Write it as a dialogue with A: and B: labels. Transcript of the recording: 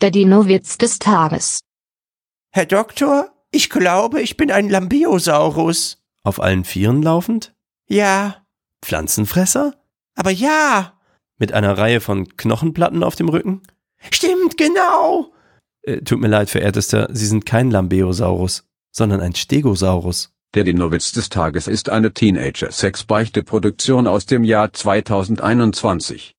A: Der Dino-Witz des Tages.
B: Herr Doktor, ich glaube, ich bin ein Lambiosaurus.
C: Auf allen Vieren laufend?
B: Ja,
C: Pflanzenfresser?
B: aber ja.
C: Mit einer Reihe von Knochenplatten auf dem Rücken?
B: Stimmt, genau.
C: Äh, tut mir leid, verehrtester, Sie sind kein Lambeosaurus, sondern ein Stegosaurus.
D: Der Dinowitz des Tages ist eine Teenager-Sex-Beichte-Produktion aus dem Jahr 2021.